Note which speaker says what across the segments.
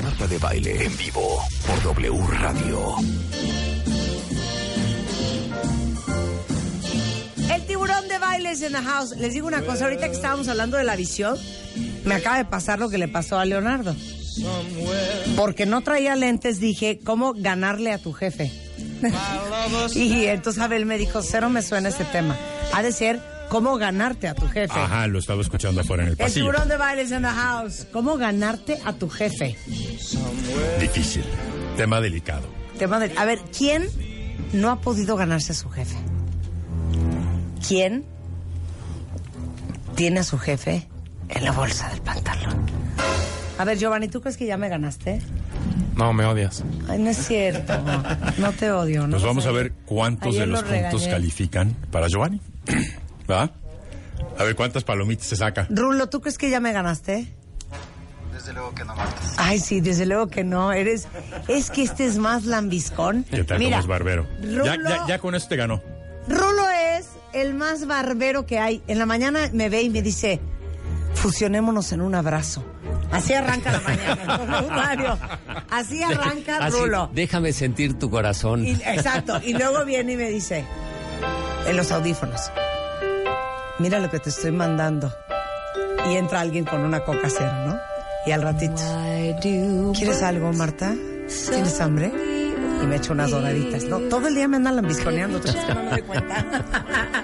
Speaker 1: Marta de Baile en vivo por W Radio.
Speaker 2: El tiburón de bailes in the house. Les digo una cosa, ahorita que estábamos hablando de la visión, me acaba de pasar lo que le pasó a Leonardo. Porque no traía lentes, dije, ¿cómo ganarle a tu jefe? y entonces Abel me dijo, cero me suena ese tema. Ha de ser, ¿cómo ganarte a tu jefe?
Speaker 3: Ajá, lo estaba escuchando afuera en el
Speaker 2: El
Speaker 3: pasillo.
Speaker 2: tiburón de bailes in the house. ¿Cómo ganarte a tu jefe?
Speaker 3: Difícil. Tema delicado.
Speaker 2: Tema de- a ver, ¿quién no ha podido ganarse a su jefe? ¿Quién tiene a su jefe en la bolsa del pantalón? A ver, Giovanni, ¿tú crees que ya me ganaste?
Speaker 4: No, me odias.
Speaker 2: Ay, no es cierto. No te odio, ¿no?
Speaker 3: Nos Pues vamos a ver cuántos
Speaker 2: Ayer
Speaker 3: de los
Speaker 2: lo
Speaker 3: puntos
Speaker 2: regañé.
Speaker 3: califican para Giovanni. ¿Verdad? A ver cuántas palomitas se saca.
Speaker 2: Rulo, ¿tú crees que ya me ganaste? Desde luego que no, Marta. Ay, sí, desde luego que no. Eres. Es que este es más lambiscón.
Speaker 3: ¿Qué tal
Speaker 2: Mira,
Speaker 3: como es barbero? Ya,
Speaker 2: Rulo-
Speaker 3: ya, ya con eso te ganó.
Speaker 2: Rulo es el más barbero que hay. En la mañana me ve y me dice, fusionémonos en un abrazo. Así arranca la mañana, Mario. Así arranca
Speaker 4: Así,
Speaker 2: Ah, Rulo.
Speaker 4: déjame sentir tu corazón.
Speaker 2: Y- exacto. Y luego viene y me dice, en los audífonos, mira lo que te estoy mandando. Y entra alguien con una coca cero, ¿no? Y al ratito, ¿quieres algo, Marta? ¿Tienes hambre? Y me echo unas doraditas. No, todo el día me andan lambisconeando, ¿tú crees que no me doy cuenta?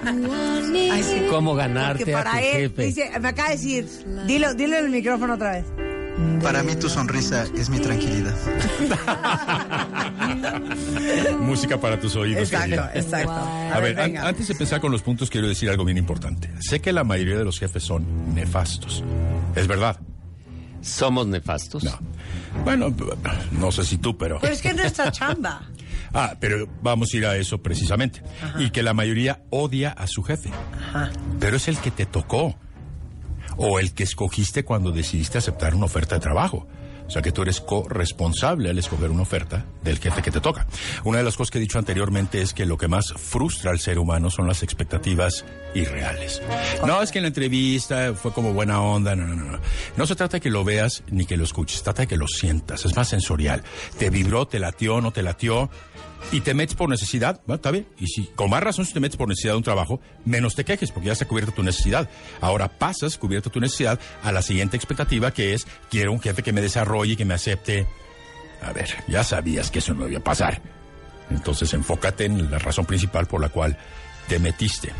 Speaker 2: Ay, sí.
Speaker 4: ¿Cómo
Speaker 2: Porque
Speaker 4: ganarte a tu
Speaker 2: para él,
Speaker 4: jefe?
Speaker 2: dice, me acaba de decir, dilo, dilo en el micrófono otra vez.
Speaker 5: Para mí tu sonrisa es mi tranquilidad.
Speaker 3: Música para tus oídos.
Speaker 2: Exacto,
Speaker 3: querida.
Speaker 2: exacto. A,
Speaker 3: A ver, an-
Speaker 2: venga.
Speaker 3: antes de empezar con los puntos, quiero decir algo bien importante. Sé que la mayoría de los jefes son nefastos. Es verdad.
Speaker 4: Somos nefastos.
Speaker 3: No. Bueno, no sé si tú, pero.
Speaker 2: Pero es que es nuestra chamba.
Speaker 3: Ah, pero vamos a ir a eso precisamente. Y que la mayoría odia a su jefe. Pero es el que te tocó. O el que escogiste cuando decidiste aceptar una oferta de trabajo. O sea que tú eres corresponsable al escoger una oferta del jefe que te toca. Una de las cosas que he dicho anteriormente es que lo que más frustra al ser humano son las expectativas irreales. No es que en la entrevista fue como buena onda, no, no, no. no. No se trata de que lo veas ni que lo escuches, trata de que lo sientas, es más sensorial. Te vibró, te latió, no te latió. Y te metes por necesidad, bueno, está bien. Y si, con más razón, si te metes por necesidad de un trabajo, menos te quejes, porque ya está cubierta tu necesidad. Ahora pasas, cubierta tu necesidad, a la siguiente expectativa, que es, quiero un jefe que me desarrolle, que me acepte. A ver, ya sabías que eso no iba a pasar. Entonces, enfócate en la razón principal por la cual te metiste.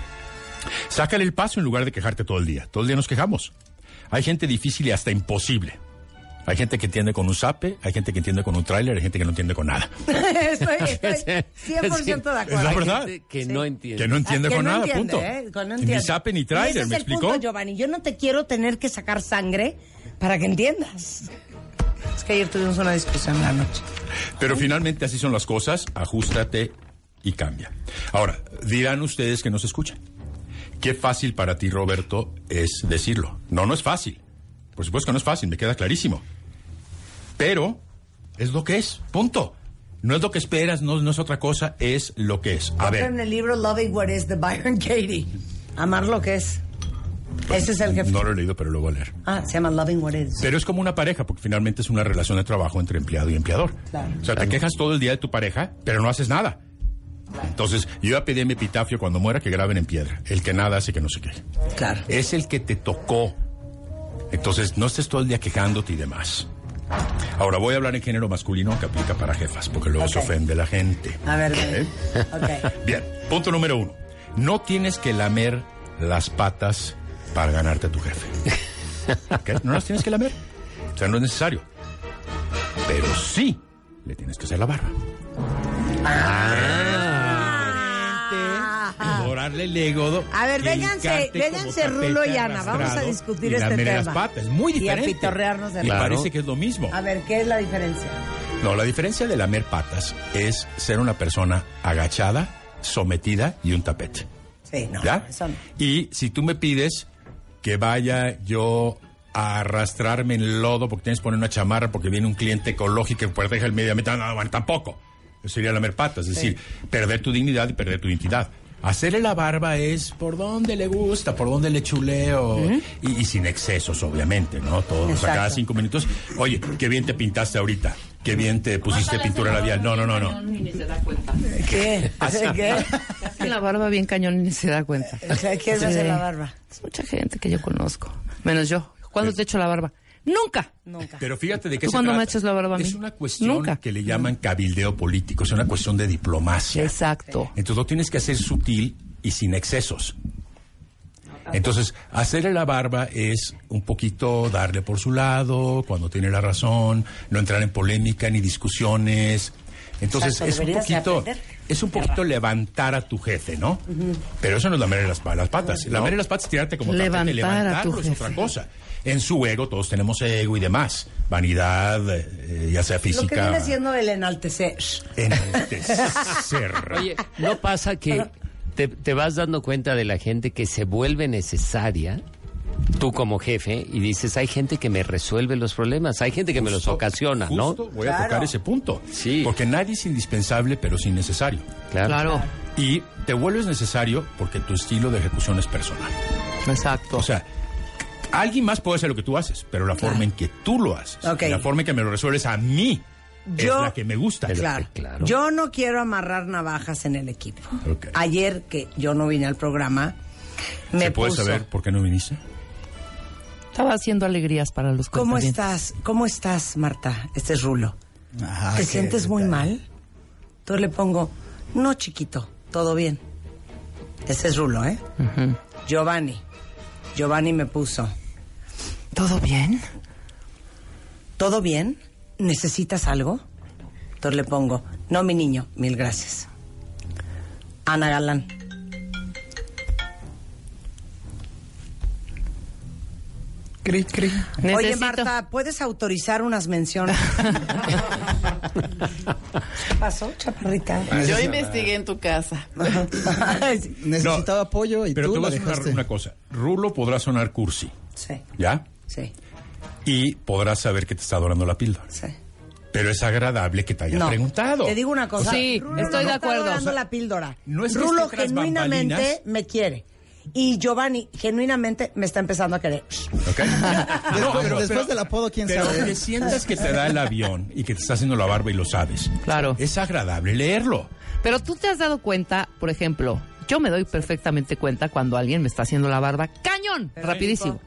Speaker 3: Sácale el paso en lugar de quejarte todo el día. Todo el día nos quejamos. Hay gente difícil y hasta imposible. Hay gente que entiende con un zape, hay gente que entiende con un tráiler, hay gente que no entiende con nada.
Speaker 2: estoy, estoy 100% de acuerdo.
Speaker 3: Es la
Speaker 4: Hay
Speaker 3: verdad.
Speaker 4: gente que no entiende.
Speaker 3: Que no entiende
Speaker 2: Ah, que
Speaker 3: con
Speaker 2: no
Speaker 3: nada,
Speaker 2: entiende,
Speaker 3: punto.
Speaker 2: ¿eh? Que no
Speaker 3: ni
Speaker 2: entiende.
Speaker 3: sape ni
Speaker 2: Y
Speaker 3: trailer,
Speaker 2: ese
Speaker 3: ¿me
Speaker 2: es el
Speaker 3: explicó?
Speaker 2: punto, Giovanni. Yo no te quiero tener que sacar sangre para que entiendas. Es que ayer tuvimos una discusión en la noche.
Speaker 3: Pero finalmente así son las cosas, ajustate y cambia. Ahora, dirán ustedes que nos escuchan. Qué fácil para ti, Roberto, es decirlo. No, no es fácil. Por supuesto que no es fácil, me queda clarísimo. Pero es lo que es, punto. No es lo que esperas, no, no es otra cosa, es lo que es. A ver.
Speaker 2: En el libro Loving What Is de Byron Katie. Amar lo que es. Ese es el jefe.
Speaker 3: No lo he leído, pero lo voy a leer.
Speaker 2: Ah, se llama Loving What Is.
Speaker 3: Pero es como una pareja, porque finalmente es una relación de trabajo entre empleado y empleador.
Speaker 2: Claro.
Speaker 3: O sea, te quejas todo el día de tu pareja, pero no haces nada. Entonces, yo ya pedí a mi epitafio cuando muera que graben en piedra. El que nada hace que no se queje.
Speaker 2: Claro.
Speaker 3: Es el que te tocó. Entonces, no estés todo el día quejándote y demás. Ahora voy a hablar en género masculino que aplica para jefas, porque luego se
Speaker 2: Ok.
Speaker 3: ofende la gente.
Speaker 2: A ver,
Speaker 3: ¿Eh?
Speaker 2: ok.
Speaker 3: Bien, punto número uno. No tienes que lamer las patas para ganarte a tu jefe. ¿Ok? No las tienes que lamer. O sea, no es necesario. Pero sí le tienes que hacer la barba.
Speaker 2: Ah,
Speaker 3: Adorarle el ego.
Speaker 2: A ver, vénganse, vénganse Rulo y Ana, vamos a discutir este tema.
Speaker 3: las patas, muy
Speaker 2: Y a
Speaker 3: diferente.
Speaker 2: pitorrearnos de
Speaker 3: Y
Speaker 2: risa.
Speaker 3: parece que es lo mismo.
Speaker 2: A ver, ¿qué es la diferencia?
Speaker 3: No, la diferencia de lamer patas es ser una persona agachada, sometida y un tapete.
Speaker 2: Sí, no,
Speaker 3: ¿Ya?
Speaker 2: eso no.
Speaker 3: Y si tú me pides que vaya yo a arrastrarme en lodo porque tienes que poner una chamarra porque viene un cliente ecológico que protege el medio ambiente, no, bueno, tampoco. Eso sería lamer patas, es decir, perder tu dignidad y perder tu identidad. Hacerle la barba es por donde le gusta, por donde le chuleo. y, y sin excesos, obviamente, ¿no? Todos, o sea, cada
Speaker 2: Exacto.
Speaker 3: cinco minutos. Oye, qué bien te pintaste ahorita. Qué bien te pusiste pintura labial. No, no, no, no.
Speaker 6: Cañón y ni se da cuenta.
Speaker 2: ¿Qué? ¿Qué?
Speaker 6: Se hace la barba bien cañón y ni se da cuenta.
Speaker 2: ¿Qué es hacer la barba?
Speaker 6: Es mucha gente que yo conozco, menos yo. ¿Cuándo te echo la barba? Nunca.
Speaker 2: Nunca.
Speaker 3: Pero fíjate de qué
Speaker 6: ¿Tú
Speaker 3: se
Speaker 6: cuándo
Speaker 3: trata.
Speaker 6: me echas la barba a mí?
Speaker 3: Es una cuestión
Speaker 6: Nunca.
Speaker 3: que le llaman cabildeo político, es una cuestión de diplomacia.
Speaker 6: Exacto.
Speaker 3: Entonces lo tienes que hacer sutil y sin excesos. Entonces, hacerle la barba es un poquito darle por su lado, cuando tiene la razón, no entrar en polémica ni discusiones. Entonces,
Speaker 2: Exacto,
Speaker 3: es un
Speaker 2: deberías de
Speaker 3: poquito
Speaker 2: aprender.
Speaker 3: es un poquito levantar a tu jefe, ¿no? Pero eso no es lamer las, pa- las patas. Lamer las patas es tirarte como tapete,
Speaker 6: Levantar a
Speaker 3: levantarlo
Speaker 6: tu
Speaker 3: es otra
Speaker 6: jefe.
Speaker 3: cosa. En su ego, todos tenemos ego y demás. Vanidad, eh, ya sea
Speaker 2: Lo que
Speaker 3: física.
Speaker 2: viene siendo el enaltecer.
Speaker 3: enaltecer.
Speaker 4: Oye, ¿no pasa que te, te vas dando cuenta de la gente que se vuelve necesaria? Tú como jefe y dices, hay gente que me resuelve los problemas, hay gente que me los ocasiona, ¿no?
Speaker 3: Justo voy a
Speaker 2: Claro.
Speaker 3: tocar ese punto.
Speaker 4: Sí.
Speaker 3: Porque nadie es indispensable, pero es innecesario.
Speaker 6: Claro.
Speaker 3: Y te vuelves necesario porque tu estilo de ejecución es personal.
Speaker 6: Exacto.
Speaker 3: O sea, alguien más puede hacer lo que tú haces, pero la forma en que tú lo haces,
Speaker 2: Ok.
Speaker 3: y la forma en que me lo resuelves a mí,
Speaker 2: Yo-
Speaker 3: es la que me gusta.
Speaker 2: Claro.
Speaker 4: claro.
Speaker 2: Yo no quiero amarrar navajas en el equipo.
Speaker 3: Ok.
Speaker 2: Ayer que yo no vine al programa, me
Speaker 3: ¿Se puede
Speaker 2: puso,
Speaker 3: saber por qué no viniste?
Speaker 6: Estaba haciendo alegrías para los
Speaker 2: ¿Cómo
Speaker 6: cuentavientes.
Speaker 2: estás? ¿Cómo estás, Marta? Este es Rulo.
Speaker 5: Ah,
Speaker 2: ¿Te
Speaker 5: qué-
Speaker 2: sientes muy mal? Entonces le pongo, no chiquito, todo bien. Ese es Rulo, ¿eh? Giovanni. Giovanni me puso,
Speaker 6: ¿Todo bien?
Speaker 2: ¿todo bien? ¿Necesitas algo? Entonces le pongo, no, mi niño, mil gracias. Ana Galán.
Speaker 6: Cri, cri.
Speaker 2: Oye,
Speaker 6: Necesito-
Speaker 2: Marta, ¿puedes autorizar unas menciones? ¿Qué pasó, chaparrita?
Speaker 7: Yo investigué en tu casa.
Speaker 2: Ay, sí.
Speaker 5: Necesitaba apoyo y
Speaker 3: Pero
Speaker 5: tú
Speaker 3: te
Speaker 5: la
Speaker 3: voy a sonar
Speaker 5: dejaste.
Speaker 3: una cosa. Rulo podrá sonar cursi,
Speaker 2: sí,
Speaker 3: ¿ya?
Speaker 2: sí,
Speaker 3: Y podrás saber que te está adorando la píldora.
Speaker 2: sí.
Speaker 3: Pero es agradable que te haya
Speaker 2: No.
Speaker 3: preguntado.
Speaker 2: Te digo una cosa.
Speaker 6: Sí,
Speaker 2: Rulo
Speaker 6: estoy
Speaker 2: no está
Speaker 6: de acuerdo.
Speaker 2: adorando
Speaker 6: O sea,
Speaker 2: la píldora.
Speaker 3: no es este que
Speaker 2: Rulo
Speaker 3: esté tras
Speaker 2: genuinamente
Speaker 3: bambalinas.
Speaker 2: me quiere. Y Giovanni genuinamente me está empezando a querer.
Speaker 3: ¿ok? No,
Speaker 5: pero después del apodo, quién
Speaker 3: pero
Speaker 5: sabe.
Speaker 3: que sientas que te da el avión y que te está haciendo la barba y lo sabes.
Speaker 6: Claro.
Speaker 3: Es agradable leerlo.
Speaker 6: Pero tú te has dado cuenta, por ejemplo, yo me doy perfectamente cuenta cuando alguien me está haciendo la barba cañón, rapidísimo.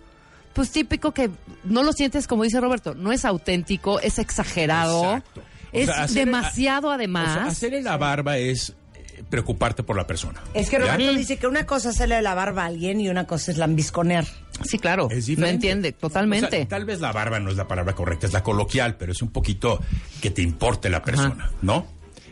Speaker 6: Pues típico que no lo sientes como dice Roberto, no es auténtico, es exagerado,
Speaker 3: Exacto. O
Speaker 6: es
Speaker 3: sea, hacer-
Speaker 6: demasiado
Speaker 3: a-
Speaker 6: además.
Speaker 3: o sea, hacerle la barba es eh, preocuparte por la persona.
Speaker 2: Es que
Speaker 3: ¿Ya?
Speaker 2: Roberto dice que una cosa es hacerle la barba a alguien y una cosa es lambisconear.
Speaker 6: Sí, claro,
Speaker 3: Es
Speaker 6: no
Speaker 3: diferente.
Speaker 6: entiende
Speaker 3: O sea,
Speaker 6: totalmente.
Speaker 3: tal vez la barba no es la palabra correcta, es la coloquial, pero es un poquito que te importe la persona, ¿no?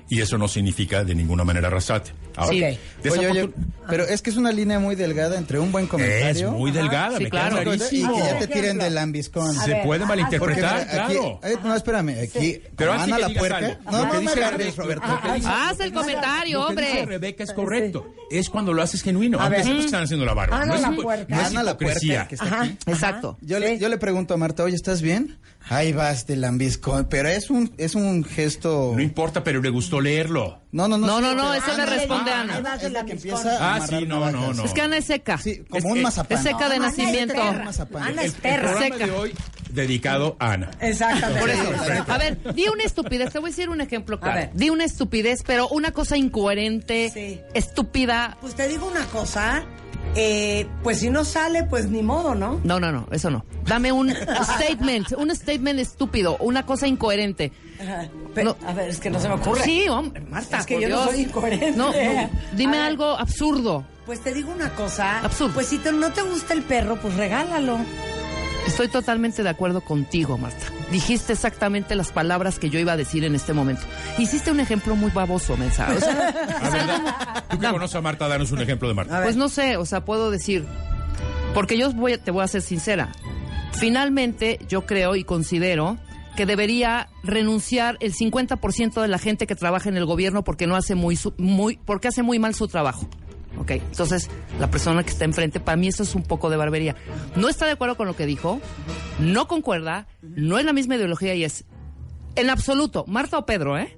Speaker 3: Y eso no significa de ninguna manera arrasate. Ahora,
Speaker 2: Sí.
Speaker 5: Oye, oye,
Speaker 3: desafortun-
Speaker 5: pero es que es una línea muy delgada entre un buen
Speaker 3: es
Speaker 5: comentario
Speaker 3: muy delgada,
Speaker 6: Sí,
Speaker 3: me
Speaker 6: claro.
Speaker 3: queda
Speaker 5: y que
Speaker 3: clarísimo.
Speaker 5: ya te
Speaker 2: Ejemplo.
Speaker 5: tiren del lambiscón.
Speaker 2: A
Speaker 3: Se
Speaker 2: ver,
Speaker 3: puede
Speaker 2: haz-
Speaker 3: malinterpretar,
Speaker 5: mira, aquí-
Speaker 3: claro.
Speaker 5: eh, no, espérame, aquí.
Speaker 3: Pero así
Speaker 5: Ana
Speaker 3: que
Speaker 5: la
Speaker 3: digas
Speaker 5: puerca.
Speaker 3: algo.
Speaker 5: No,
Speaker 3: Lo que
Speaker 5: no me
Speaker 3: dice
Speaker 5: agarres,
Speaker 3: Rebeca-
Speaker 5: Roberto.
Speaker 3: Ah,
Speaker 6: Haz el comentario,
Speaker 3: Lo que dice
Speaker 6: hombre.
Speaker 3: Rebeca es correcto. Es cuando lo haces genuino.
Speaker 2: A
Speaker 3: Aunque
Speaker 2: ver.
Speaker 3: sepas que están haciendo la barba.
Speaker 2: Ana
Speaker 3: No es,
Speaker 2: la
Speaker 3: hipo-
Speaker 2: puerca.
Speaker 3: no es
Speaker 5: Ana la
Speaker 3: hipocresía.
Speaker 5: puerca que está aquí.
Speaker 6: Exacto.
Speaker 5: Yo, le, yo le pregunto a Marta, oye, ¿estás bien? Ahí vas de lambiscón. Pero es un, es un gesto.
Speaker 3: No importa, pero le gustó leerlo.
Speaker 5: No, no, no.
Speaker 6: No,
Speaker 5: sí,
Speaker 6: no, no,
Speaker 5: pero-
Speaker 6: eso le
Speaker 2: Ándale,
Speaker 6: responde
Speaker 2: ah,
Speaker 6: Ana.
Speaker 2: ahí va.
Speaker 5: Es la que empieza a
Speaker 3: Ah,
Speaker 5: amarrar
Speaker 3: sí, no, no,
Speaker 5: navajas.
Speaker 3: no.
Speaker 6: Es que Ana es seca.
Speaker 5: Sí, como
Speaker 3: Es-
Speaker 5: un
Speaker 3: es-
Speaker 5: mazapán. Ah,
Speaker 6: es seca
Speaker 2: Ana
Speaker 6: de
Speaker 2: es
Speaker 6: nacimiento.
Speaker 2: perra.
Speaker 5: Mazapán.
Speaker 2: Ana es
Speaker 5: El
Speaker 3: El
Speaker 2: perra.
Speaker 3: programa
Speaker 6: Seca.
Speaker 3: de hoy dedicado a Ana.
Speaker 2: Exactamente.
Speaker 6: Por eso. A ver, di una estupidez, te voy a decir un ejemplo claro.
Speaker 2: ver.
Speaker 6: Di una estupidez, pero una cosa incoherente,
Speaker 2: Sí.
Speaker 6: estúpida.
Speaker 2: Pues te digo una cosa, eh, pues si no sale, pues ni modo, ¿no?
Speaker 6: No, no, no, eso no. Dame un statement, un statement estúpido, una cosa incoherente.
Speaker 2: Pe-
Speaker 6: No.
Speaker 2: A ver, es que no se me ocurre.
Speaker 6: Sí, hombre, Marta,
Speaker 2: Es que
Speaker 6: por
Speaker 2: yo no
Speaker 6: Dios.
Speaker 2: soy incoherente.
Speaker 6: No, no, dime
Speaker 2: A ver.
Speaker 6: algo absurdo.
Speaker 2: Pues te digo una cosa.
Speaker 6: Absurdo.
Speaker 2: Pues si te- no te gusta el perro, pues regálalo.
Speaker 6: Estoy totalmente de acuerdo contigo, Marta. dijiste exactamente las palabras que yo iba a decir en este momento. Hiciste un ejemplo muy baboso, mensaje. O sea,
Speaker 3: A ver, da- tú que conoces a Marta, danos un ejemplo de Marta.
Speaker 6: pues no sé, o sea, puedo decir, porque yo voy- te voy a ser sincera, finalmente yo creo y considero que debería renunciar el 50% de la gente que trabaja en el gobierno porque no hace muy, su- muy porque hace muy mal su trabajo. Ok, entonces la persona que está enfrente, para mí eso es un poco de barbería. No está de acuerdo con lo que dijo, no concuerda, no es la misma ideología y es en absoluto, Marta o Pedro, ¿eh?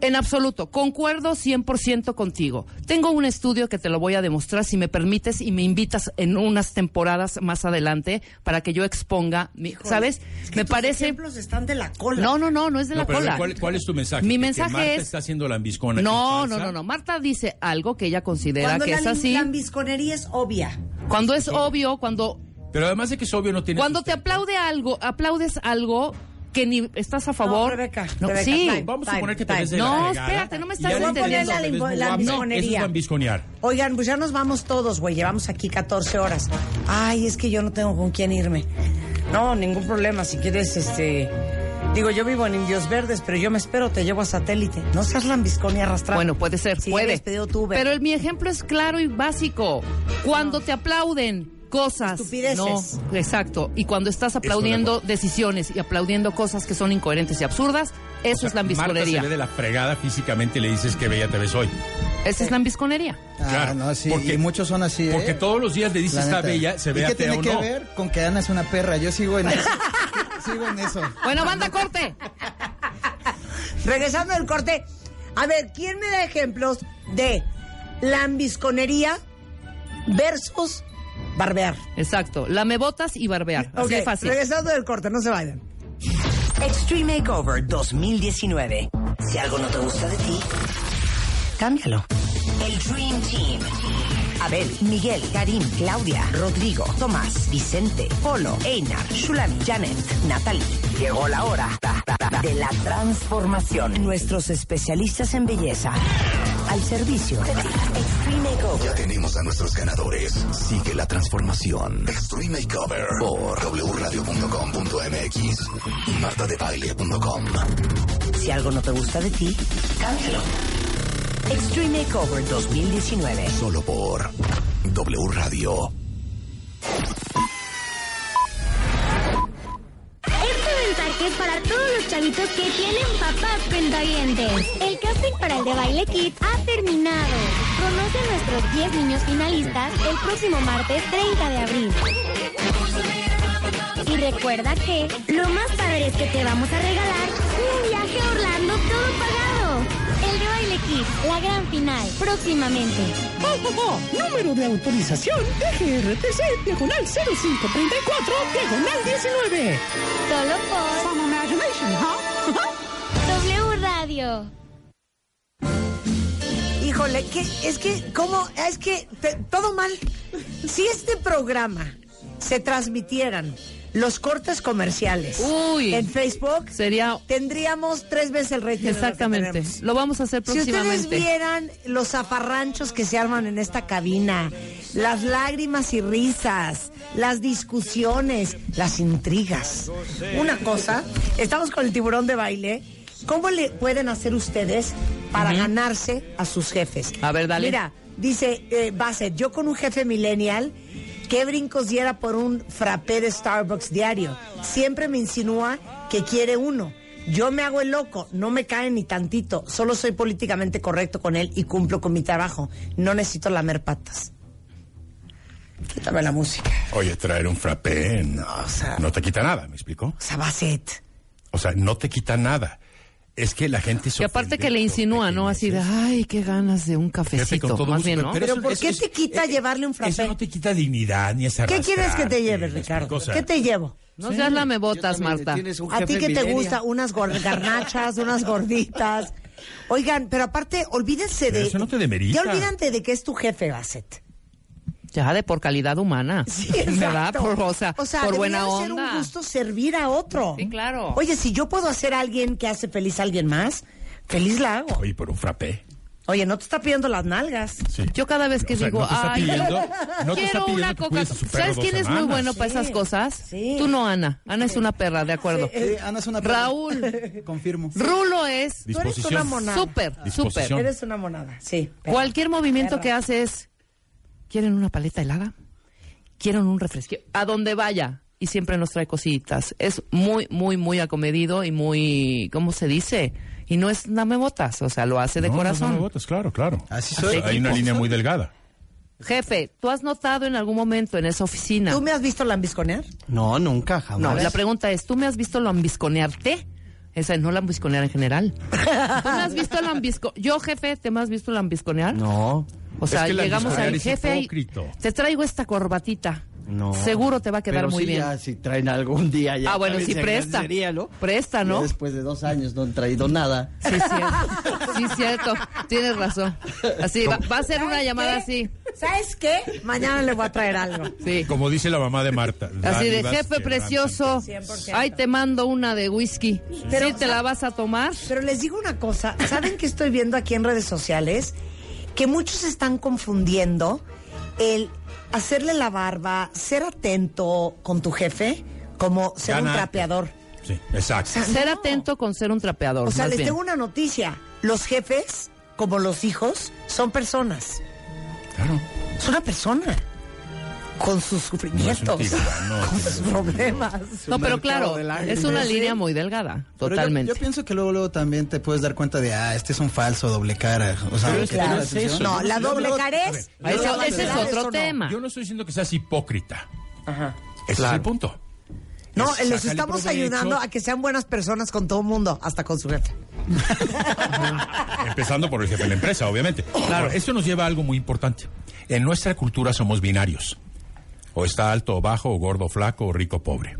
Speaker 6: En absoluto, concuerdo 100% contigo. Tengo un estudio que te lo voy a demostrar si me permites y me invitas en unas temporadas más adelante para que yo exponga mi, ¿sabes?
Speaker 2: Es que
Speaker 6: me
Speaker 2: tus
Speaker 6: parece
Speaker 2: ejemplos están de la cola.
Speaker 6: No, no, no, no es de
Speaker 3: No,
Speaker 6: la
Speaker 3: pero a ver,
Speaker 6: cola.
Speaker 3: ¿cuál, cuál es tu mensaje?
Speaker 6: Mi
Speaker 3: ¿Que- que
Speaker 6: mensaje
Speaker 3: Marta
Speaker 6: es-
Speaker 3: está haciendo lambiscona.
Speaker 6: No,
Speaker 3: en
Speaker 6: no,
Speaker 3: salsa?
Speaker 6: no, no. Marta dice algo que ella considera
Speaker 2: Cuando
Speaker 6: que
Speaker 2: la
Speaker 6: es
Speaker 2: lim-
Speaker 6: así.
Speaker 2: lambisconería es obvia.
Speaker 6: Cuando es obvio, cuando
Speaker 3: Pero además de que es obvio, no tiene.
Speaker 6: cuando te
Speaker 3: sustento.
Speaker 6: aplaude algo, aplaudes algo que ni estás a favor.
Speaker 2: No, Rebeca,
Speaker 6: No,
Speaker 2: Rebeca,
Speaker 6: sí.
Speaker 2: time.
Speaker 3: Vamos a suponer que te
Speaker 2: Time,
Speaker 3: ves de
Speaker 6: time.
Speaker 3: la
Speaker 6: No,
Speaker 3: fregada
Speaker 6: espérate, no me
Speaker 3: y
Speaker 6: estás
Speaker 3: ya
Speaker 2: entendiendo.
Speaker 3: dices,
Speaker 2: Voy a poner
Speaker 3: "Te ves
Speaker 2: la
Speaker 3: muy guapa". No, eso
Speaker 2: lambisconería.
Speaker 3: es lambisconear.
Speaker 2: Oigan, pues ya nos vamos todos, güey. Llevamos aquí 14 horas. Ay, es que yo no tengo con quién irme. No, ningún problema. Si quieres, este. Digo, yo vivo en Indios Verdes, pero yo me espero, te llevo a satélite. No seas lambiscone arrastrado.
Speaker 6: Bueno, puede ser,
Speaker 2: Sí,
Speaker 6: puede.
Speaker 2: habías pedido tú, Beto.
Speaker 6: Pero el- mi ejemplo es claro y básico. Cuando te aplauden cosas.
Speaker 2: Estupideces.
Speaker 6: No, exacto. Y cuando estás aplaudiendo decisiones y aplaudiendo cosas que son incoherentes y absurdas, eso es la
Speaker 3: Marta se ve de
Speaker 6: ambisconería.
Speaker 3: la fregada físicamente y le dices que bella te ves hoy.
Speaker 6: Esa es la ambisconería.
Speaker 5: Ah,
Speaker 3: Claro,
Speaker 5: no, sí,
Speaker 3: porque-
Speaker 5: y muchos son así, ¿eh?
Speaker 3: Porque todos los días le dices
Speaker 5: La
Speaker 3: está
Speaker 5: neta.
Speaker 3: bella, se
Speaker 5: ¿Y
Speaker 3: ve
Speaker 5: qué
Speaker 3: atea
Speaker 5: tiene
Speaker 3: o
Speaker 5: que
Speaker 3: no.
Speaker 5: ver con que Ana es una perra? Yo sigo en eso. sigo en eso.
Speaker 6: Bueno, banda, corte.
Speaker 2: Regresando del corte, a ver, ¿quién me da ejemplos de lambisconería versus barbear?
Speaker 6: Exacto. Lamebotas y barbear. Así de
Speaker 2: Ok,
Speaker 6: fácil.
Speaker 2: Regresando del corte, no se vayan.
Speaker 8: Extreme Makeover 2019. Si algo no te gusta de ti, cámbialo. El Dream Team. Abel, Miguel, Karim, Claudia, Rodrigo, Tomás, Vicente, Polo, Einar, Shulami, Janet, Natalie. Llegó la hora ta, ta, ta, de la transformación. Nuestros especialistas en belleza. Al servicio de ti. Extreme Makeover.
Speaker 1: Ya tenemos a nuestros ganadores. Sigue la transformación. Extreme Makeover por wradio.com.mx y martadebaile.com.
Speaker 8: Si algo no te gusta de ti, cámbialo. Extreme Makeover 2019.
Speaker 1: Solo por W Radio.
Speaker 9: Este mensaje es para todos los chavitos que tienen papás cuentavientes. El casting para el de Baile Kids ha terminado. Conoce a nuestros 10 niños finalistas el próximo martes 30 de abril. Y recuerda que lo más padre es que te vamos a regalar un viaje a Orlando todo pagado. El de Baile Kids, la gran final, próximamente.
Speaker 10: Número de autorización DGRTC, diagonal 0534, diagonal 19.
Speaker 9: Solo por
Speaker 10: Some imagination, huh?
Speaker 9: W Radio.
Speaker 2: Híjole, que es que, ¿cómo? Es que te- todo mal. Si este programa se transmitieran los cortes comerciales
Speaker 6: Uy.
Speaker 2: en Facebook,
Speaker 6: Sería.
Speaker 2: tendríamos tres veces el rating. de lo que
Speaker 6: Exactamente.
Speaker 2: tenemos.
Speaker 6: Lo vamos a hacer
Speaker 2: Si ustedes
Speaker 6: próximamente.
Speaker 2: vieran los zafarranchos que se arman en esta cabina, las lágrimas y risas, las discusiones, las intrigas. Una cosa, estamos con el tiburón de baile. ¿Cómo le pueden hacer ustedes para ganarse a sus jefes?
Speaker 6: A ver, dale.
Speaker 2: Mira, dice eh, Bassett, yo con un jefe millennial, ¿qué brincos diera por un frappé de Starbucks diario? Siempre me insinúa que quiere uno. Yo me hago el loco, no me cae ni tantito, solo soy políticamente correcto con él y cumplo con mi trabajo. No necesito lamer patas. Quítame la música.
Speaker 3: Oye, traer un frappé no, no te quita nada, ¿me explico?
Speaker 2: O sea, Bassett.
Speaker 3: O sea, no te quita nada. Es que la gente se
Speaker 6: Y aparte
Speaker 3: ofende
Speaker 6: que le
Speaker 3: por
Speaker 6: insinúa, ¿no? Así de,
Speaker 3: pequeñeces.
Speaker 6: ay, qué ganas de un
Speaker 3: Jefe, con
Speaker 6: cafecito.
Speaker 3: todo
Speaker 6: Más
Speaker 3: gusto,
Speaker 6: bien, ¿no?
Speaker 2: Pero
Speaker 3: eso-
Speaker 2: ¿por
Speaker 3: eso-
Speaker 2: qué
Speaker 3: eso-
Speaker 2: te quita llevarle un frappé?
Speaker 3: Eso no te quita dignidad ni es
Speaker 2: ¿Qué quieres que te lleve,
Speaker 3: lleves,
Speaker 2: Ricardo? ¿Qué te llevo?
Speaker 6: No seas lamebotas, Marta.
Speaker 2: A ti que te gusta unas gor- garnachas, unas gorditas. Oigan, pero aparte, olvídense
Speaker 3: Pero
Speaker 2: de.
Speaker 3: eso no te demerita.
Speaker 2: Ya olvídate de que es tu jefe, Bassett.
Speaker 6: Ya de por calidad humana.
Speaker 2: Sí,
Speaker 6: ¿Verdad?
Speaker 2: exacto.
Speaker 6: Por, o sea, por
Speaker 2: debería
Speaker 6: buena
Speaker 2: de ser
Speaker 6: onda.
Speaker 2: un gusto servir a otro.
Speaker 6: Sí, claro.
Speaker 2: Oye, si yo puedo hacer a alguien que hace feliz a alguien más, feliz la hago.
Speaker 3: Oye, por un frappé.
Speaker 2: Oye, no te está pidiendo las nalgas.
Speaker 6: Yo cada vez que
Speaker 2: O sea,
Speaker 6: digo,
Speaker 2: no te está
Speaker 6: ay,
Speaker 2: pidiendo- no te está
Speaker 6: quiero
Speaker 2: pidiendo
Speaker 6: una
Speaker 2: que
Speaker 6: coca.
Speaker 2: cuides a su perro
Speaker 6: ¿Sabes
Speaker 2: dos
Speaker 6: quién es muy
Speaker 2: semanas?
Speaker 6: bueno para
Speaker 2: Sí,
Speaker 6: esas cosas? Tú no, Ana. Ana es una perra, de acuerdo.
Speaker 5: Sí, Ana es una perra.
Speaker 6: Raúl.
Speaker 5: Confirmo.
Speaker 6: Rulo es
Speaker 5: Tú eres una monada.
Speaker 6: súper, súper.
Speaker 5: Disposición. Eres
Speaker 2: una monada, sí.
Speaker 6: Cualquier movimiento que hace es, ¿quieren una paleta helada? ¿Quieren un refresco? A donde vaya. Y siempre nos trae cositas. Es muy, muy, muy acomedido y muy, ¿cómo se dice? Y no es namebotas, o sea, lo hace de
Speaker 3: No, no,
Speaker 6: corazón.
Speaker 3: no me votas, claro, claro.
Speaker 5: Así
Speaker 6: soy.
Speaker 3: Hay una
Speaker 6: Así
Speaker 3: línea
Speaker 6: soy.
Speaker 3: muy delgada.
Speaker 6: Jefe, ¿tú has notado en algún momento en esa oficina? ¿Tú
Speaker 2: me has visto lambisconear?
Speaker 5: No, nunca, jamás.
Speaker 6: No, la pregunta es, ¿tú me has visto lambisconearte? Esa no lambisconear en general. ¿Tú me has visto lambisco? Yo, jefe, ¿te me has visto lambisconear?
Speaker 11: No.
Speaker 6: O sea,
Speaker 11: Es que
Speaker 6: llegamos
Speaker 11: lambisconear
Speaker 6: al
Speaker 11: es
Speaker 6: jefe y
Speaker 11: hipócrita.
Speaker 6: te traigo esta corbatita.
Speaker 11: No.
Speaker 6: Seguro te va a quedar
Speaker 11: Pero
Speaker 6: muy
Speaker 11: sí,
Speaker 6: bien.
Speaker 11: ya, si traen algún día ya.
Speaker 6: Ah, bueno,
Speaker 11: también
Speaker 6: sí,
Speaker 11: se
Speaker 6: presta.
Speaker 11: agradecería, ¿no?
Speaker 6: Presta,
Speaker 11: Ya
Speaker 6: ¿no?
Speaker 11: después de dos años no han traído nada.
Speaker 6: Sí, cierto. Tienes razón. Así, va, va a ser una llamada así.
Speaker 2: ¿Sabes qué? Mañana le voy a traer algo.
Speaker 3: Como dice la mamá de Marta.
Speaker 6: Así de
Speaker 3: dádivas
Speaker 6: jefe
Speaker 3: que
Speaker 6: precioso, ahí te mando una de whisky.
Speaker 2: Pero-
Speaker 6: ¿Sí te la vas a tomar?
Speaker 2: Pero les digo una cosa, ¿saben qué estoy viendo aquí en redes sociales? Que muchos están confundiendo el hacerle la barba, ser atento con tu jefe, como ser un
Speaker 6: Ganarte.
Speaker 2: trapeador.
Speaker 3: Sí, exacto.
Speaker 6: Ser atento con ser un trapeador.
Speaker 2: O sea,
Speaker 6: más
Speaker 2: les
Speaker 6: bien.
Speaker 2: tengo una noticia. Los jefes, como los hijos, son personas.
Speaker 3: Claro.
Speaker 2: Es una persona. Con sus sufrimientos. con sus problemas.
Speaker 6: No, pero claro, es una línea muy delgada.
Speaker 5: Pero yo-
Speaker 6: Totalmente.
Speaker 5: Yo, pienso que luego, luego también te puedes dar cuenta de, ah, este es un falso doble cara. O sea,
Speaker 3: Pero
Speaker 5: que
Speaker 3: es que
Speaker 5: tiene
Speaker 3: no
Speaker 5: la
Speaker 3: es
Speaker 5: atención.
Speaker 3: eso. No, la
Speaker 5: Luego,
Speaker 3: doble
Speaker 5: luego-
Speaker 3: cara es-
Speaker 5: A ver,
Speaker 3: Ahí
Speaker 5: luego-
Speaker 3: está-
Speaker 5: luego-
Speaker 3: ese es
Speaker 5: luego-
Speaker 3: otro
Speaker 5: eso no.
Speaker 3: tema. Yo no estoy diciendo que seas hipócrita. Ajá. Ese es el punto.
Speaker 2: No,
Speaker 3: Es
Speaker 2: los
Speaker 3: sácale
Speaker 2: estamos
Speaker 3: provecho.
Speaker 2: ayudando a que sean buenas personas con todo el mundo, hasta con su jefe.
Speaker 3: Empezando por el jefe de la empresa, obviamente. Claro, esto nos lleva a algo muy importante. En nuestra cultura somos binarios. O está alto o bajo, o gordo o flaco, o rico o pobre.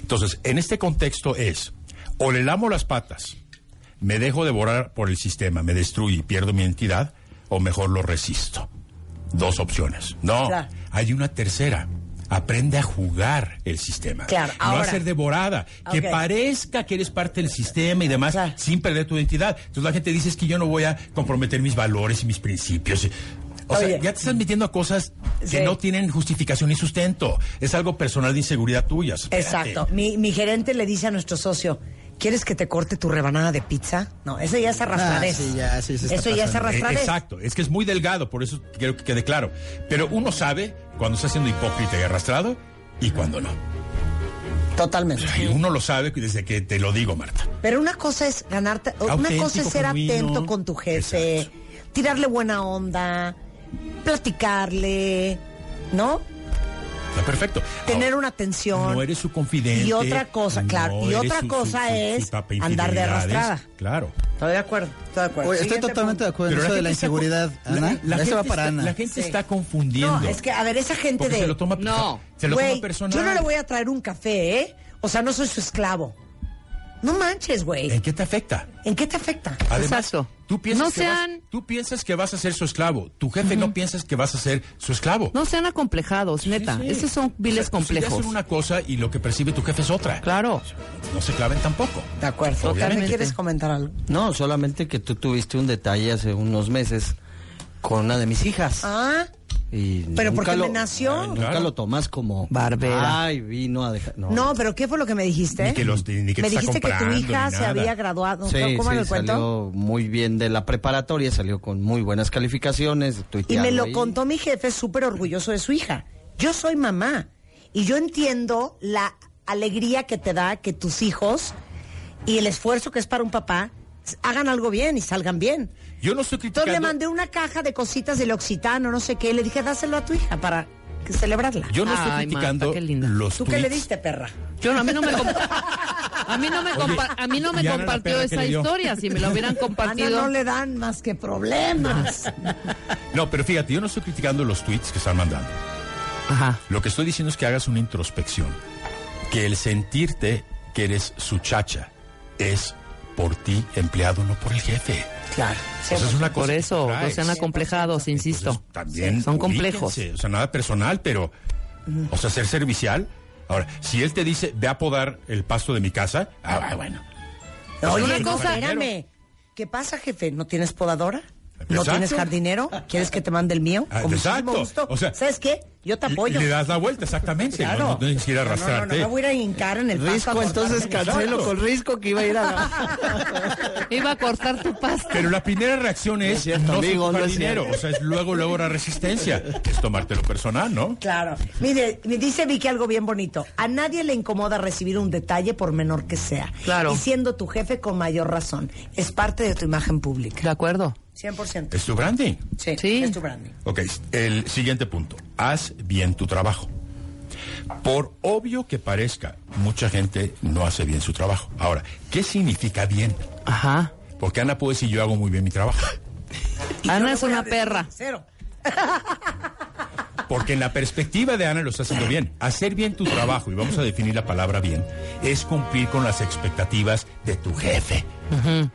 Speaker 3: Entonces, en este contexto es, o le lamo las patas, me dejo devorar por el sistema, me destruye y pierdo mi identidad, o mejor lo resisto. Dos opciones. No,
Speaker 1: Claro.
Speaker 3: hay una tercera. Aprende a jugar el sistema.
Speaker 1: Claro,
Speaker 3: no
Speaker 1: ahora.
Speaker 3: a ser devorada. Que
Speaker 1: Ok.
Speaker 3: parezca que eres parte del sistema y demás, sin perder tu identidad. Entonces la gente dice es que yo no voy a comprometer mis valores y mis principios. O sea, ya te estás metiendo a cosas que
Speaker 2: Sí.
Speaker 3: no tienen justificación ni sustento. Es algo personal de inseguridad tuya. Espérate.
Speaker 2: Exacto. Mi, mi gerente le dice a nuestro socio, ¿quieres que te corte tu rebanada de pizza? No, eso ya es arrastradez.
Speaker 3: Ah, sí,
Speaker 5: ya, sí,
Speaker 2: eso ya es arrastradez.
Speaker 3: Eh, Exacto, es que es muy delgado, por eso quiero que quede claro. Pero uno sabe cuando está siendo hipócrita y arrastrado y cuando no.
Speaker 2: Totalmente.
Speaker 3: Y uno lo sabe desde que te lo digo, Marta.
Speaker 2: Pero una cosa es ganarte, una
Speaker 3: Auténtico,
Speaker 2: cosa es ser
Speaker 3: genuino.
Speaker 2: atento con tu jefe, tirarle buena onda, platicarle, ¿no?
Speaker 3: Está perfecto.
Speaker 2: Tener una atención.
Speaker 3: No eres su confidente.
Speaker 2: Y otra cosa, claro, y
Speaker 3: eres
Speaker 2: otra cosa es
Speaker 3: papá
Speaker 2: andar de
Speaker 3: infidelidades.
Speaker 2: arrastrada.
Speaker 3: Claro.
Speaker 2: Estoy de acuerdo, estoy de acuerdo.
Speaker 5: Oye, estoy
Speaker 2: Siguiente
Speaker 5: totalmente de acuerdo en
Speaker 3: Pero
Speaker 5: eso de la
Speaker 3: gente está-
Speaker 5: inseguridad, Ana.
Speaker 3: la
Speaker 5: Eso
Speaker 3: gente
Speaker 5: va para
Speaker 3: está-
Speaker 5: Ana.
Speaker 3: La gente
Speaker 5: Sí.
Speaker 3: está confundiendo.
Speaker 2: No, es que, a ver, esa gente
Speaker 3: Porque
Speaker 2: de.
Speaker 3: se lo toma-
Speaker 2: no,
Speaker 3: se lo toma
Speaker 2: Güey,
Speaker 3: personal.
Speaker 2: Yo no le voy a traer un café, ¿eh? O sea, no soy su esclavo. No manches, güey.
Speaker 11: Eh.
Speaker 2: ¿En
Speaker 3: qué te afecta?
Speaker 2: ¿En qué te afecta?
Speaker 3: Además, tú piensas,
Speaker 2: No
Speaker 3: que vas-
Speaker 2: sean-
Speaker 3: tú piensas que vas a ser su esclavo. Tu jefe no piensas que vas a ser su esclavo.
Speaker 6: No sean acomplejados, neta.
Speaker 3: Sí.
Speaker 6: Esos son viles
Speaker 3: O sea, tus ideas
Speaker 6: complejos.
Speaker 3: son una cosa y lo que percibe tu jefe es otra.
Speaker 6: Claro.
Speaker 3: No se claven tampoco.
Speaker 2: De acuerdo.
Speaker 11: Obviamente.
Speaker 2: ¿Quieres comentar algo?
Speaker 11: No, solamente que tú tuviste un detalle hace unos meses con una de mis hijas.
Speaker 2: Ah,
Speaker 11: Y
Speaker 2: pero
Speaker 11: nunca
Speaker 2: porque
Speaker 11: lo-
Speaker 2: me nació.
Speaker 11: Nunca lo tomas como...
Speaker 6: Barbera.
Speaker 11: Ay, vino a dejar... No,
Speaker 2: No, pero ¿qué fue lo que me dijiste?
Speaker 11: Ni que los- ni que
Speaker 2: me
Speaker 11: te está
Speaker 2: dijiste que tu
Speaker 11: comprando,
Speaker 2: hija
Speaker 11: ni
Speaker 2: se
Speaker 11: nada.
Speaker 2: había graduado.
Speaker 11: Sí,
Speaker 2: ah, ¿Cómo
Speaker 11: sí,
Speaker 2: me lo cuento?
Speaker 11: salió muy bien de la preparatoria, salió con muy buenas calificaciones.
Speaker 2: Y me
Speaker 11: tuiteando
Speaker 2: lo
Speaker 11: ahí.
Speaker 2: contó mi jefe súper orgulloso de su hija. Yo soy mamá y yo entiendo la alegría que te da que tus hijos y el esfuerzo que es para un papá s- hagan algo bien y salgan bien.
Speaker 3: Yo no estoy
Speaker 2: Entonces le
Speaker 3: criticando.
Speaker 2: mandé una caja de cositas del occitano, no sé qué, y le dije, dáselo a tu hija para que- celebrarla.
Speaker 3: Yo no estoy criticando los
Speaker 2: ¿Tú qué le
Speaker 3: tweets.
Speaker 2: diste, perra? Ah,
Speaker 6: Yo, a mí no me, comp- a mí no me, compa- a mí no me
Speaker 3: y Ana la
Speaker 6: compartió
Speaker 3: perra que
Speaker 6: esa
Speaker 3: le dio.
Speaker 6: historia. Si me la hubieran compartido.
Speaker 2: Ana no le dan más que problemas.
Speaker 3: No, pero fíjate, yo no estoy criticando los tweets que están mandando.
Speaker 6: Ajá.
Speaker 3: Lo que estoy diciendo es que hagas una introspección. Que el sentirte que eres su chacha es por ti, empleado, no por el jefe.
Speaker 2: Claro.
Speaker 3: Eso es una cosa
Speaker 6: Por
Speaker 3: que
Speaker 6: eso,
Speaker 3: tú
Speaker 6: no
Speaker 3: traes.
Speaker 6: sean acomplejados, insisto.
Speaker 3: Pues También
Speaker 6: son
Speaker 3: ubíquense,
Speaker 6: complejos.
Speaker 3: O sea, nada personal, pero. O sea, ser servicial. Ahora, si él te dice, ve a podar el pasto de mi casa, ah, ah, bueno.
Speaker 2: No,
Speaker 3: O sea,
Speaker 2: Oye,
Speaker 3: es un
Speaker 2: una cosa,
Speaker 3: compañero.
Speaker 2: espérame. ¿Qué pasa, jefe? ¿No tienes podadora? ¿No
Speaker 3: Exacto.
Speaker 2: tienes jardinero? ¿Quieres que te mande el mío?
Speaker 3: Ah,
Speaker 2: Con muchísimo
Speaker 3: exacto.
Speaker 2: gusto.
Speaker 3: O sea,
Speaker 2: ¿Sabes qué? Yo te apoyo.
Speaker 3: Le das la vuelta, exactamente.
Speaker 2: Claro.
Speaker 3: No, no tienes que ir a
Speaker 2: No, no, no, no
Speaker 3: arrastrarte.
Speaker 2: me voy a ir a hincar en el pasto a
Speaker 11: Risco,
Speaker 2: cortarme
Speaker 11: entonces
Speaker 2: el
Speaker 11: cancelo
Speaker 2: pelo.
Speaker 11: con Risco que iba a ir a...
Speaker 6: Iba a cortar tu pasta.
Speaker 3: Pero la primera reacción
Speaker 11: No
Speaker 3: es,
Speaker 11: es cierto,
Speaker 3: no se
Speaker 11: amigo,
Speaker 3: ocupa
Speaker 11: no es
Speaker 3: dinero.
Speaker 11: cierto.
Speaker 3: O sea, es luego, luego la resistencia. Es tomártelo personal, ¿no?
Speaker 2: Claro. Mire, me dice Vicky algo bien bonito. A nadie le incomoda recibir un detalle por menor que sea.
Speaker 6: Claro.
Speaker 2: Y siendo tu jefe con mayor razón. Es parte de tu imagen pública.
Speaker 6: De acuerdo.
Speaker 2: 100%.
Speaker 3: Es tu branding.
Speaker 2: Sí, es tu branding.
Speaker 3: Ok, el siguiente punto. Haz bien tu trabajo. Por obvio que parezca, mucha gente no hace bien su trabajo. Ahora, ¿qué significa bien?
Speaker 6: Ajá.
Speaker 3: Porque Ana puede decir yo hago muy bien mi trabajo.
Speaker 6: Ana es una perra.
Speaker 2: Cero.
Speaker 3: Porque en la perspectiva de Ana lo está haciendo bien. Hacer bien tu trabajo, y vamos a definir la palabra bien, es cumplir con las expectativas de tu jefe.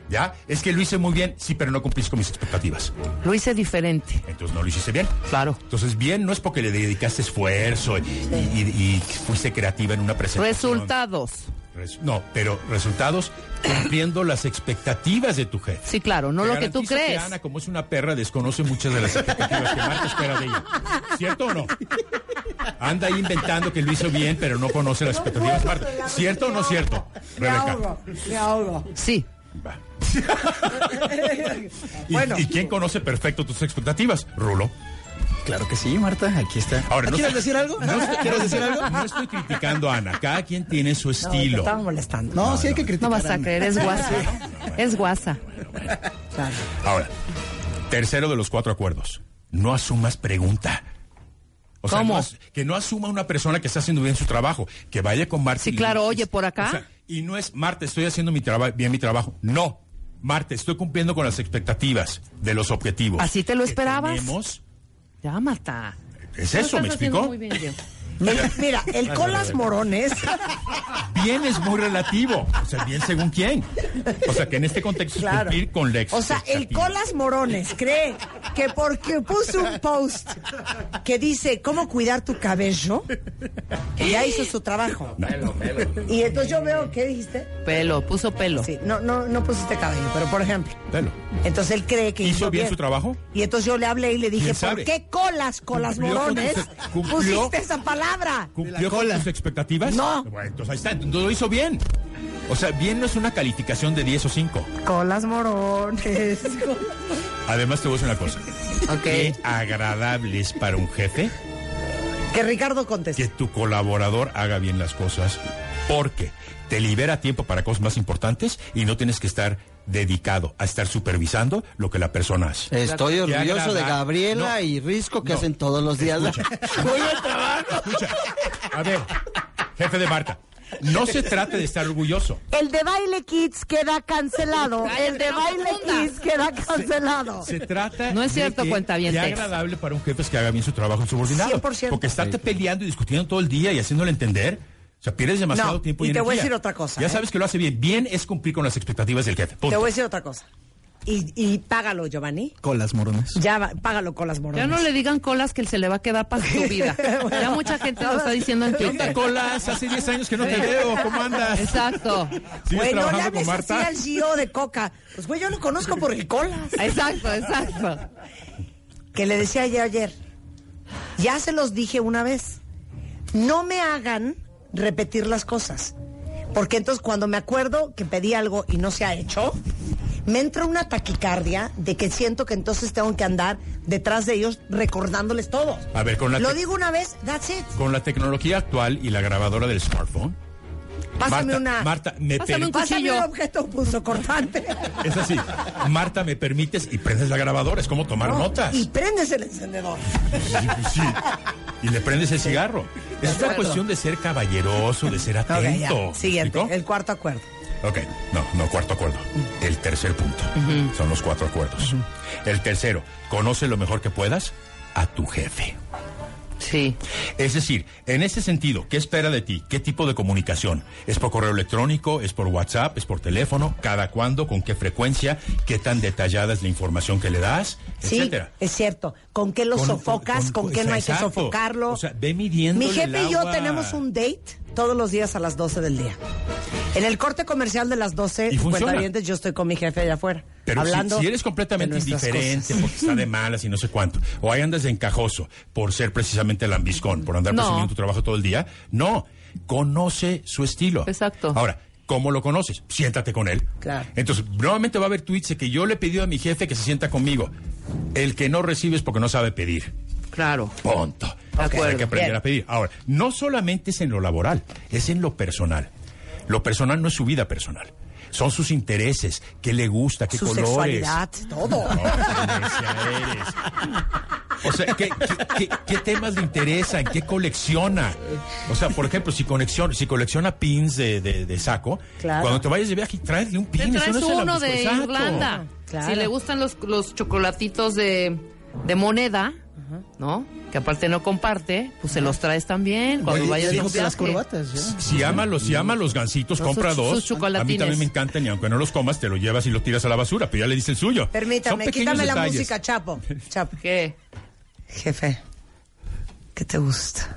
Speaker 3: ¿Ya? Es que lo hice muy bien, sí, pero no cumplís con mis expectativas.
Speaker 6: Lo hice diferente.
Speaker 3: Entonces no lo hiciste bien.
Speaker 6: Claro.
Speaker 3: Entonces bien no es porque le dedicaste esfuerzo y, y- y fuiste creativa en una presentación.
Speaker 6: Resultados.
Speaker 3: Res- no, pero resultados cumpliendo las expectativas de tu jefe.
Speaker 6: Sí, claro, no
Speaker 3: Te
Speaker 6: lo que tú
Speaker 3: garantizo
Speaker 6: crees.
Speaker 3: Ana, como es una perra, desconoce muchas de las expectativas que Marta espera de ella. ¿Cierto o no? Anda ahí inventando que lo hizo bien, pero no conoce las expectativas de Marta. ¿Cierto o no cierto?
Speaker 2: Me
Speaker 3: Rebeca.
Speaker 2: ahogo, me ahogo.
Speaker 6: Sí.
Speaker 3: Va. ¿Y, y quién conoce perfecto tus expectativas? Rulo.
Speaker 11: Claro que sí, Marta, aquí está.
Speaker 3: Ahora, no
Speaker 11: ¿Quieres
Speaker 3: estoy-
Speaker 11: decir algo?
Speaker 3: No estoy-
Speaker 11: ¿Quieres decir algo?
Speaker 3: No estoy criticando a Ana. Cada quien tiene su
Speaker 2: No, te
Speaker 3: estilo.
Speaker 2: estaba molestando.
Speaker 11: No, sí hay que
Speaker 6: No
Speaker 11: criticar.
Speaker 6: vas a
Speaker 11: Ana.
Speaker 6: creer, es guasa. Es guasa.
Speaker 2: Claro.
Speaker 3: Ahora, tercero de los cuatro acuerdos. No asumas pregunta. O sea,
Speaker 6: ¿Cómo?
Speaker 3: no as- que no asuma una persona que está haciendo bien su trabajo, que vaya con Marta.
Speaker 6: Sí,
Speaker 3: y le
Speaker 6: claro,
Speaker 3: diga,
Speaker 6: oye, ¿por acá?
Speaker 3: o sea, y no es, Marta, estoy haciendo mi traba- bien mi trabajo. No, Marta, estoy cumpliendo con las expectativas de los objetivos.
Speaker 6: ¿Así te lo
Speaker 3: que
Speaker 6: esperabas?
Speaker 3: tenemos".
Speaker 6: Ya, Marta.
Speaker 3: ¿Es eso?
Speaker 6: Lo estás
Speaker 3: ¿Me
Speaker 6: haciendo
Speaker 3: explicó?
Speaker 6: muy bien, Diego.
Speaker 2: Mira, mira, el colas morones.
Speaker 3: Bien es muy relativo. O sea, bien según quién. O sea, que en este contexto es
Speaker 2: Claro.
Speaker 3: cumplir con la
Speaker 2: O sea, el
Speaker 3: expectativa.
Speaker 2: colas morones cree que porque puse un post que dice cómo cuidar tu cabello, ya hizo su trabajo. Y entonces yo veo, ¿qué dijiste?
Speaker 6: Pelo, puso pelo.
Speaker 2: Sí, no, no, no pusiste cabello, pero por ejemplo.
Speaker 3: Velo.
Speaker 2: Entonces él cree que
Speaker 3: ¿Hizo
Speaker 2: hizo,
Speaker 3: bien su trabajo?
Speaker 2: Y entonces yo le hablé y le dije,
Speaker 3: ¿Quién sabe?
Speaker 2: ¿por qué colas, colas
Speaker 3: Cumplió con
Speaker 2: morones?
Speaker 3: ese- cumplió-
Speaker 2: Pusiste esa palabra.
Speaker 3: ¿Cumplió con tus expectativas?
Speaker 2: No.
Speaker 3: Bueno, entonces ahí está, entonces lo hizo bien. O sea, bien no es una calificación de 10 o 5.
Speaker 2: Colas morones.
Speaker 3: Además, te voy a decir una cosa. Qué
Speaker 6: Ok.
Speaker 3: agradable es para un jefe
Speaker 2: que Ricardo conteste.
Speaker 3: que tu colaborador haga bien las cosas porque te libera tiempo para cosas más importantes y no tienes que estar dedicado a estar supervisando lo que la persona hace.
Speaker 11: Estoy
Speaker 3: Qué
Speaker 11: orgulloso de
Speaker 3: agradable.
Speaker 11: Gabriela
Speaker 3: No.
Speaker 11: y Risco que
Speaker 3: No.
Speaker 11: hacen todos los días. Muy buen trabajo.
Speaker 3: Escucha, a ver, jefe de Marta, no se trata de estar orgulloso.
Speaker 2: El de Baile Kids queda cancelado. El de Baile Kids queda cancelado.
Speaker 3: Se trata.
Speaker 6: No es cierto,
Speaker 3: de que
Speaker 6: cuentavientes.
Speaker 3: qué agradable para un jefe es que haga bien su trabajo en subordinado.
Speaker 2: 100%.
Speaker 3: Porque estarte peleando y discutiendo todo el día y haciéndole entender. O sea, pierdes demasiado
Speaker 2: No,
Speaker 3: tiempo
Speaker 2: y
Speaker 3: y,
Speaker 2: te voy a
Speaker 3: energía.
Speaker 2: decir otra cosa,
Speaker 3: Ya
Speaker 2: ¿eh?
Speaker 3: sabes que lo hace bien. Bien es cumplir con las expectativas del jefe. Punto.
Speaker 2: Te voy a decir otra cosa. Y, y págalo, Giovanni.
Speaker 11: Colas morones.
Speaker 2: Ya, va- págalo colas morones.
Speaker 6: Ya no le digan colas que se le va a quedar para su vida. Ya mucha gente lo está diciendo en
Speaker 3: ¿Qué onda,
Speaker 6: Twitter.
Speaker 3: Colas? Hace 10 años que no te veo. ¿Cómo andas?
Speaker 6: Exacto.
Speaker 3: ¿Sigues
Speaker 2: Güey, no le
Speaker 3: trabajando con
Speaker 2: hables así
Speaker 3: Marta?
Speaker 2: al CEO de Coca. Pues, güey, yo lo conozco por el colas.
Speaker 6: Exacto, exacto.
Speaker 2: Que le decía yo ayer. Ya se los dije una vez. No me hagan repetir las cosas. Porque entonces cuando me acuerdo que pedí algo y no se ha hecho, me entra una taquicardia de que siento que entonces tengo que andar detrás de ellos recordándoles todo.
Speaker 3: A ver, con la
Speaker 2: Lo
Speaker 3: te-
Speaker 2: digo una vez, that's it.
Speaker 3: Con la tecnología actual y la grabadora del smartphone.
Speaker 2: Pásame
Speaker 3: Marta,
Speaker 2: una.
Speaker 3: Marta, me
Speaker 6: Pásame un
Speaker 3: per-
Speaker 2: Pásame
Speaker 6: cuchillo.
Speaker 2: un objeto punzo cortante.
Speaker 3: Es así. Marta, me permites y prendes la grabadora. Es como tomar
Speaker 2: No,
Speaker 3: notas.
Speaker 2: Y prendes el encendedor.
Speaker 3: Sí, pues sí. Y le prendes el cigarro. Es una cuestión de ser caballeroso, de ser atento.
Speaker 2: Ok, ya.
Speaker 3: ¿Me
Speaker 2: Siguiente,
Speaker 3: explicó?
Speaker 2: el cuarto acuerdo.
Speaker 3: Ok, no, no, cuarto acuerdo. El tercer punto. Son los cuatro acuerdos. El tercero, conoce lo mejor que puedas a tu jefe.
Speaker 6: Sí.
Speaker 3: Es decir, en ese sentido, ¿qué espera de ti? ¿Qué tipo de comunicación? ¿Es por correo electrónico? ¿Es por WhatsApp? ¿Es por teléfono? ¿Cada cuándo? ¿Con qué frecuencia? ¿Qué tan detallada es la información que le das?
Speaker 2: Sí,
Speaker 3: Etcétera.
Speaker 2: es cierto. ¿Con qué lo
Speaker 3: Con-
Speaker 2: sofocas? ¿Con, qué no hay que
Speaker 3: exacto.
Speaker 2: sofocarlo?
Speaker 3: O sea, ve midiendo.
Speaker 2: Mi jefe y yo tenemos un date todos los días a las 12 del día. En el corte comercial de las 12,
Speaker 3: Y funciona.
Speaker 2: cuentavientes, yo estoy con mi jefe allá afuera.
Speaker 3: Pero si-
Speaker 2: hablando
Speaker 3: si, eres completamente
Speaker 2: de nuestras
Speaker 3: indiferente
Speaker 2: cosas.
Speaker 3: porque está de malas y no sé cuánto, o ahí andas de encajoso por ser precisamente lambiscón, por andar
Speaker 6: No.
Speaker 3: presumiendo tu trabajo todo el día, no, conoce su estilo. Exacto. Ahora, ¿cómo lo conoces? Siéntate con él.
Speaker 6: Claro.
Speaker 3: Entonces, nuevamente va a haber tweets de que yo le he pedido a mi jefe que se sienta conmigo. El que no recibe es porque no sabe pedir.
Speaker 6: Claro.
Speaker 3: Punto. Porque
Speaker 6: acuerdo.
Speaker 3: Hay que aprender
Speaker 6: Bien.
Speaker 3: a pedir. Ahora, no solamente es en lo laboral, es en lo personal. Lo personal no es su vida personal. Son sus intereses, qué le gusta, qué
Speaker 2: Su
Speaker 3: colores.
Speaker 2: sexualidad, todo.
Speaker 3: O sea, ¿qué, qué- qué- qué temas le interesan? ¿Qué colecciona? O sea, por ejemplo, si, conexión, si colecciona pins de, de- de saco,
Speaker 6: Claro.
Speaker 3: cuando te vayas de viaje, tráele un
Speaker 6: Te
Speaker 3: pin. eso
Speaker 6: traes
Speaker 3: no se la
Speaker 6: uno
Speaker 3: busca.
Speaker 6: de
Speaker 3: Exacto. Ah,
Speaker 6: Irlanda.
Speaker 2: Claro.
Speaker 6: Si le gustan los, los chocolatitos de, de moneda, ¿no? Que aparte no comparte, pues se los traes también cuando
Speaker 3: Oye,
Speaker 6: vayas
Speaker 3: ya
Speaker 6: de
Speaker 3: dijo que
Speaker 6: viaje.
Speaker 3: las Si ama los, si ama los gansitos,
Speaker 6: No,
Speaker 3: compra
Speaker 6: sus-
Speaker 3: dos.
Speaker 6: sus chocolatines.
Speaker 3: A mí también me encantan y aunque no los comas, te los llevas y los tiras a la basura, pero ya le dice el suyo. Son
Speaker 2: Permítame,
Speaker 3: pequeños
Speaker 2: quítame la
Speaker 3: detalles.
Speaker 2: música, Chapo. Chapo.
Speaker 6: ¿Qué?
Speaker 2: Jefe, ¿qué te gusta?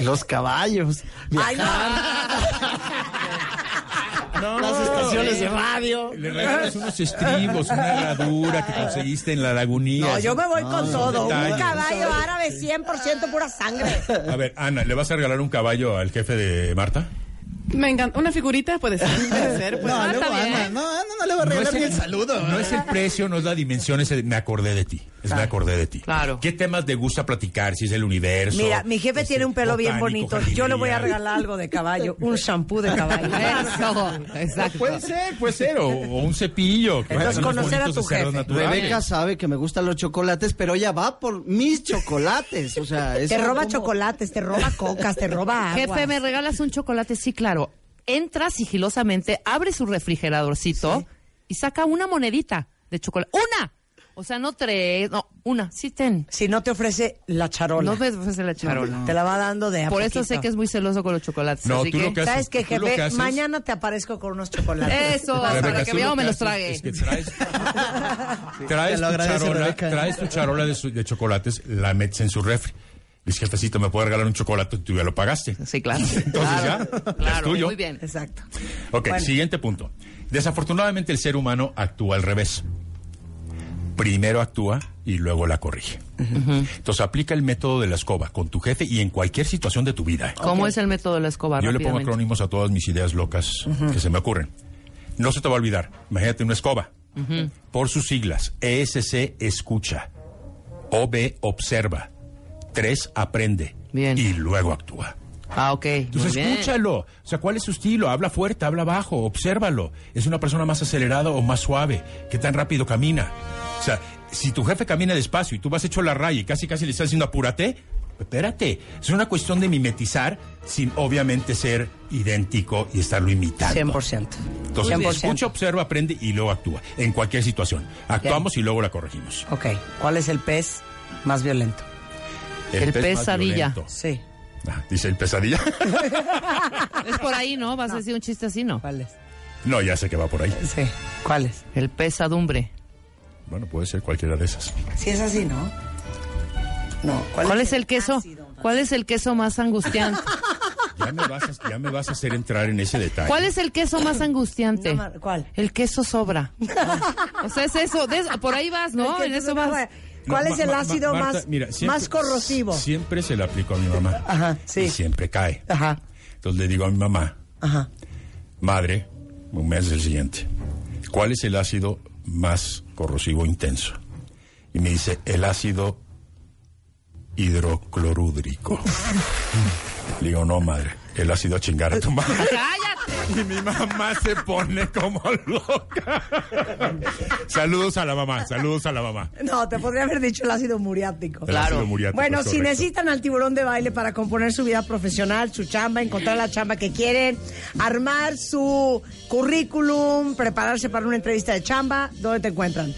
Speaker 11: Los caballos.
Speaker 2: Ay, no.
Speaker 11: Las estaciones de radio.
Speaker 3: Le regalas unos estribos, una herradura que conseguiste en la lagunilla.
Speaker 2: No, yo me voy con
Speaker 3: son
Speaker 2: todo. Un
Speaker 3: detalles.
Speaker 2: caballo árabe 100% pura sangre.
Speaker 3: A ver, Ana, ¿le vas a regalar un caballo al jefe de Marta?
Speaker 7: Me encanta. Una figurita puede ser. Puede ser. Pues,
Speaker 11: No,
Speaker 7: Ah,
Speaker 11: luego
Speaker 7: está bien.
Speaker 11: Ana, no, Ana no le va a regalar ni el saludo.
Speaker 3: No es el precio, no es la dimensión, es el me acordé de ti. Es me acordé de ti. Claro. ¿Qué temas te gusta platicar? Si es el universo.
Speaker 2: Mira, mi jefe tiene un pelo bien
Speaker 3: Este, botánico,
Speaker 2: bonito. Yo le voy a
Speaker 3: jardinería.
Speaker 2: regalar algo de caballo, un shampoo de caballo.
Speaker 6: Eso, exacto.
Speaker 3: Puede ser, puede ser. O, o un cepillo. que
Speaker 11: Entonces,
Speaker 3: hay unos
Speaker 11: conocer a
Speaker 3: bonitos
Speaker 11: tu
Speaker 3: de cerdas naturales.
Speaker 11: Rebeca sabe que me gustan los chocolates, pero ella va por mis chocolates. O sea,
Speaker 2: Te roba chocolates, te roba cocas, te roba agua.
Speaker 6: Jefe, ¿me regalas un chocolate? Sí, claro. Entra sigilosamente, abre su refrigeradorcito y saca una monedita de chocolate. ¡Una! O sea, no tres, no, una. Sí, ten.
Speaker 2: Si no te ofrece la charola.
Speaker 6: No me ofrece la charola.
Speaker 2: Te la va dando de a
Speaker 6: Por eso sé
Speaker 2: poquito.
Speaker 6: que es muy celoso con los chocolates. así
Speaker 2: ¿Sabes qué,
Speaker 6: Tú lo
Speaker 2: jefe?
Speaker 6: que haces-
Speaker 2: Mañana te aparezco con unos chocolates.
Speaker 6: Eso, hasta Rebeca, lo que tú veo lo me que los haces trague. es
Speaker 3: que traes- Traes
Speaker 11: Te lo
Speaker 3: tu,
Speaker 11: agradece,
Speaker 3: charola,
Speaker 11: Rebeca.
Speaker 3: traes tu charola de, su- de chocolates, la metes en su refri. Dices, jefecito, ¿me puede regalar un chocolate? Tú ya lo pagaste.
Speaker 6: Sí, claro.
Speaker 3: Entonces ya, ya es tuyo.
Speaker 6: Muy bien.
Speaker 2: Exacto.
Speaker 3: Ok, siguiente punto. Desafortunadamente el ser humano actúa al revés. Primero actúa y luego la corrige. Entonces aplica el método de la escoba con tu jefe y en cualquier situación de tu vida. ¿eh?
Speaker 6: ¿Cómo es el método de la escoba?
Speaker 3: Yo le pongo
Speaker 6: Ah, Rápidamente.
Speaker 3: acrónimos a todas mis ideas locas
Speaker 6: Ujú.
Speaker 3: que se me ocurren. No se te va a olvidar. Imagínate una escoba.
Speaker 6: Ujú.
Speaker 3: Por sus siglas, ESC escucha, OB observa, 3 aprende y luego actúa.
Speaker 6: Ah, ok.
Speaker 3: Entonces
Speaker 6: muy bien.
Speaker 3: escúchalo. O sea, ¿cuál es su estilo? Habla fuerte, habla bajo, obsérvalo. ¿Es una persona más acelerada o más suave? ¿Qué tan rápido camina? O sea, si tu jefe camina despacio y tú vas hecho la raya y casi casi le estás diciendo apúrate, espérate. Es una cuestión de mimetizar sin obviamente ser idéntico y estarlo imitando.
Speaker 2: 100%.
Speaker 3: Entonces,
Speaker 2: 100%.
Speaker 3: escucha, observa, aprende y luego actúa. En cualquier situación. Actuamos y luego la corregimos.
Speaker 2: Ok, ¿cuál es el pez más violento? El
Speaker 3: pez Este más
Speaker 2: pesadilla.
Speaker 3: violento.
Speaker 2: Sí.
Speaker 3: Ah, Dice el pesadilla.
Speaker 6: Es por ahí, ¿no? Vas a decir un chiste así, ¿no?
Speaker 2: ¿Cuál es?
Speaker 3: No, ya sé que va por ahí.
Speaker 2: Sí. ¿Cuál es?
Speaker 6: El pesadumbre.
Speaker 3: Bueno, puede ser cualquiera de esas.
Speaker 2: Si es así, ¿no? No.
Speaker 6: ¿Cuál, es el queso? ¿Cuál es el queso más angustiante?
Speaker 3: Ya me vas a, ya me vas a hacer entrar en ese detalle.
Speaker 6: ¿Cuál es el queso más angustiante?
Speaker 2: ¿Cuál?
Speaker 6: El queso sobra. O sea, es eso. de eso- por ahí vas, ¿no? En eso vas.
Speaker 3: No, Ma- Ma- Ma- Marta, mira, siempre- Siempre se la aplico a mi mamá.
Speaker 2: Ajá, sí.
Speaker 3: Y siempre cae.
Speaker 2: Ajá.
Speaker 3: Entonces le digo a mi mamá,
Speaker 2: Ajá.
Speaker 3: madre, un mes el siguiente. ¿Cuál es el ácido más corrosivo intenso? Y me dice, el ácido hidroclorúdrico. le digo, no, madre, el ácido a chingar a tu madre. Y mi mamá se pone como loca. saludos a la mamá, saludos a la mamá.
Speaker 2: No, te podría haber dicho el ácido muriático.
Speaker 3: El Claro. ácido muriático,
Speaker 2: Bueno,
Speaker 3: es
Speaker 2: si
Speaker 3: correcto.
Speaker 2: necesitan al tiburón de baile para componer su vida profesional, su chamba, encontrar la chamba que quieren, armar su currículum, prepararse para una entrevista de chamba, ¿dónde te encuentran?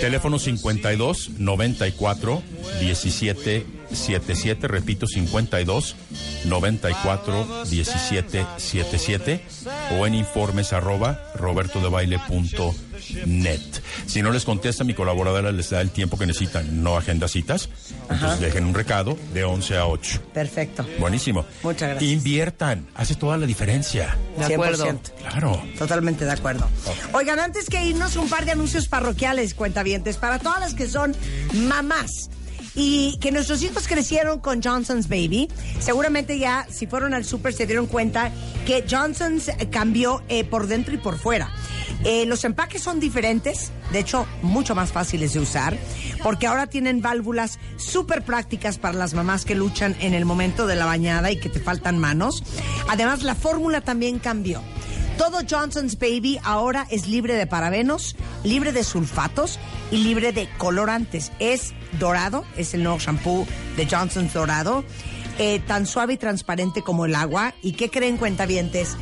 Speaker 3: Teléfono 52 94 17 77, repito 52 94 17 77 o en informes arroba robertodebaile.net. Si no les contesta, mi colaboradora les da el tiempo que necesitan, no agenda citas Entonces dejen un recado de 11 a 8.
Speaker 11: Perfecto.
Speaker 3: Buenísimo.
Speaker 11: Muchas gracias.
Speaker 3: Inviertan, hace toda la diferencia.
Speaker 11: De acuerdo. 100%.
Speaker 3: Claro.
Speaker 11: Totalmente de acuerdo. Oigan, antes que irnos, un par de anuncios parroquiales, cuentavientes, para todas las que son mamás. Y que nuestros hijos crecieron con Johnson's Baby. Seguramente ya, si fueron al súper, se dieron cuenta que Johnson's cambió eh, por dentro y por fuera. Eh, los empaques son diferentes, de hecho, mucho más fáciles de usar, porque ahora tienen válvulas súper prácticas para las mamás que luchan en el momento de la bañada y que te faltan manos. Además, la fórmula también cambió. Todo Johnson's Baby ahora es libre de parabenos, libre de sulfatos y libre de colorantes. Es dorado, es el nuevo shampoo de Johnson's Dorado, eh, tan suave y transparente como el agua. ¿Y qué creen cuentavientes?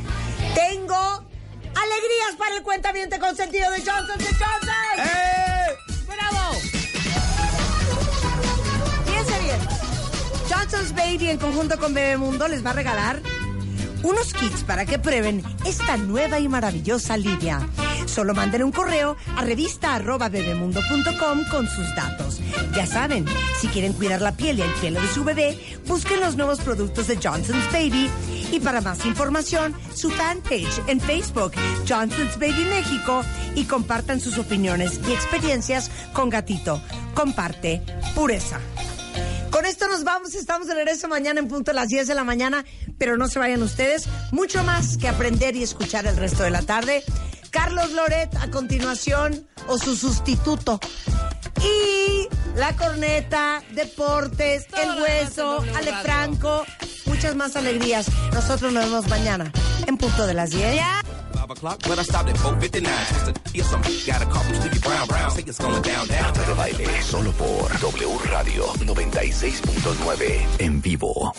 Speaker 11: Tengo alegrías para el cuentaviente consentido de Johnson's de Johnson.
Speaker 2: ¡Eh!
Speaker 11: ¡Bravo! Fíjense bien. Johnson's Baby en conjunto con Bebemundo les va a regalar unos kits para que prueben esta nueva y maravillosa línea. Solo manden un correo a revista@bebemundo.com con sus datos. Ya saben, si quieren cuidar la piel y el pelo de su bebé, busquen los nuevos productos de Johnson's Baby. Y para más información, su fanpage en Facebook, Johnson's Baby México, y compartan sus opiniones y experiencias con Gatito. Comparte pureza. Con esto nos vamos, estamos de regreso mañana en punto a las 10 de la mañana, pero no se vayan ustedes, mucho más que aprender y escuchar el resto de la tarde. Carlos Loret a continuación o su sustituto. Y la corneta, deportes, el hueso, Ale Franco, muchas más alegrías. Nosotros nos vemos mañana en punto de las 10.
Speaker 12: Five o'clock, but I stopped at 459. Just to hear something. Got a call from Stevie Brown, Brown. Say it's going down, down.
Speaker 13: Marta de baile, solo por W Radio 96.9 en vivo.